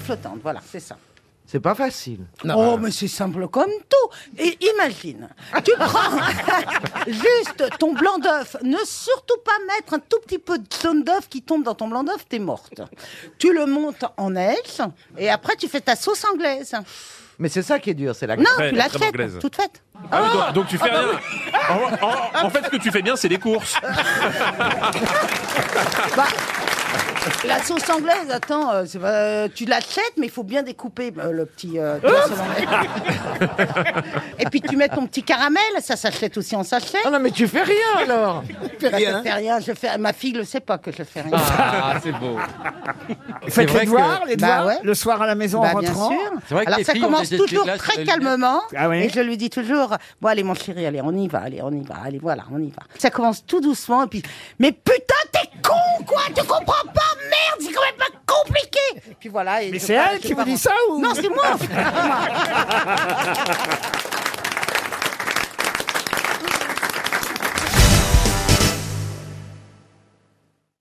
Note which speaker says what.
Speaker 1: flottante, voilà, c'est ça.
Speaker 2: C'est pas facile.
Speaker 1: Oh, mais c'est simple comme tout. Et imagine, tu prends juste ton blanc d'œuf. Ne surtout pas mettre un tout petit peu de jaune d'œuf qui tombe dans ton blanc d'œuf, t'es morte. Tu le montes en neige et après tu fais ta sauce anglaise.
Speaker 2: Mais c'est ça qui est dur, c'est la
Speaker 1: Non,
Speaker 2: crème.
Speaker 1: tu l'as
Speaker 3: crème
Speaker 1: faite,
Speaker 3: anglaise.
Speaker 1: toute faite.
Speaker 3: Ah oui, donc, donc tu fais rien. En- en- en fait, ce que tu fais bien, c'est les courses.
Speaker 1: Bah, la sauce anglaise, attends, euh, c'est pas- euh, tu l'achètes, mais il faut bien découper euh, le petit. euh, tu vois, selon- Et puis tu mets ton petit caramel, ça s'achète aussi en sachet.
Speaker 2: Ah non, mais tu fais rien alors
Speaker 1: Je
Speaker 4: Hein
Speaker 1: fais rien, je fais. Ma fille le sait pas que je fais rien.
Speaker 5: Ah, c'est beau.
Speaker 4: Faites
Speaker 5: vrai
Speaker 4: les devoirs,
Speaker 5: que-
Speaker 4: les
Speaker 1: Bah
Speaker 4: devoirs,
Speaker 1: ouais.
Speaker 4: le soir à la maison
Speaker 1: Bah,
Speaker 4: en
Speaker 1: bien
Speaker 4: rentrant.
Speaker 1: sûr.
Speaker 5: C'est vrai que
Speaker 1: Alors
Speaker 5: les
Speaker 1: ça
Speaker 5: filles ont
Speaker 1: commence
Speaker 5: des études
Speaker 1: toujours
Speaker 5: là, sur
Speaker 1: très
Speaker 5: les
Speaker 1: calmement.
Speaker 4: Ah oui.
Speaker 1: Et je lui dis toujours Bon, allez, mon chéri, allez, on y va, allez, on y va, allez, voilà, on y va. Ça commence tout doucement, et puis Mais putain, t'es con, quoi Tu comprends pas Merde, c'est quand même pas compliqué Puis voilà. et
Speaker 4: Mais
Speaker 1: je
Speaker 4: c'est
Speaker 1: pars-
Speaker 4: elle
Speaker 1: je
Speaker 4: qui vous
Speaker 1: pars
Speaker 4: dit
Speaker 1: en-
Speaker 4: ça ou
Speaker 1: Non, c'est moi